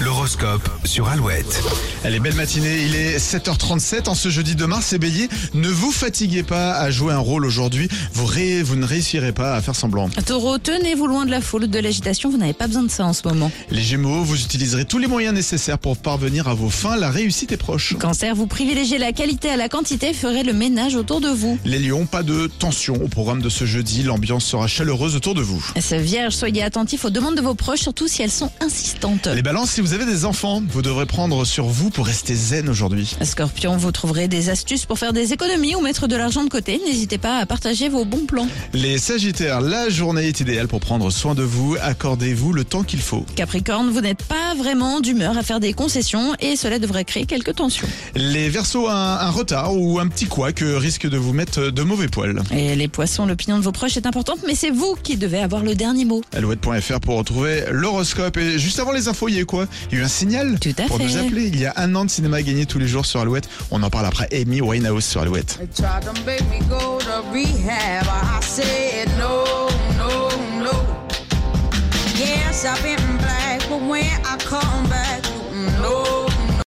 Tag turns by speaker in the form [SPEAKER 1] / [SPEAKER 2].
[SPEAKER 1] L'horoscope sur Alouette.
[SPEAKER 2] Allez, belle matinée, il est 7h37 en ce jeudi de mars et Bélier, ne vous fatiguez pas à jouer un rôle aujourd'hui, vous, ré- vous ne réussirez pas à faire semblant.
[SPEAKER 3] Taureau, tenez-vous loin de la foule, de l'agitation, vous n'avez pas besoin de ça en ce moment.
[SPEAKER 2] Les Gémeaux, vous utiliserez tous les moyens nécessaires pour parvenir à vos fins, la réussite est proche.
[SPEAKER 3] Cancer, vous privilégiez la qualité à la quantité, ferez le ménage autour de vous.
[SPEAKER 2] Les Lions, pas de tension au programme de ce jeudi, l'ambiance sera chaleureuse autour de vous.
[SPEAKER 3] Ce Vierge, soyez attentif aux demandes de vos proches, surtout si elles sont insistantes.
[SPEAKER 2] Les Balances, si vous avez des enfants, vous devrez prendre sur vous pour rester zen aujourd'hui.
[SPEAKER 3] Scorpion, vous trouverez des astuces pour faire des économies ou mettre de l'argent de côté. N'hésitez pas à partager vos bons plans.
[SPEAKER 2] Les Sagittaires, la journée est idéale pour prendre soin de vous, accordez-vous le temps qu'il faut.
[SPEAKER 3] Capricorne, vous n'êtes pas vraiment d'humeur à faire des concessions et cela devrait créer quelques tensions.
[SPEAKER 2] Les Verseaux, un, un retard ou un petit couac euh, risque de vous mettre de mauvais poils.
[SPEAKER 3] Et les poissons, l'opinion de vos proches est importante, mais c'est vous qui devez avoir le dernier mot.
[SPEAKER 2] Alouette.fr pour retrouver l'horoscope. Et juste avant les infos, il y a eu quoi Il y a eu un signal
[SPEAKER 3] Tout à
[SPEAKER 2] pour
[SPEAKER 3] fait.
[SPEAKER 2] nous appeler. Il y a un an de cinéma gagné tous les jours sur Alouette. On en parle après Amy Winehouse sur Alouette.
[SPEAKER 4] They tried to make me go to rehab. I said no, no, no. Yes, I've been black, but when I come back, mm, no,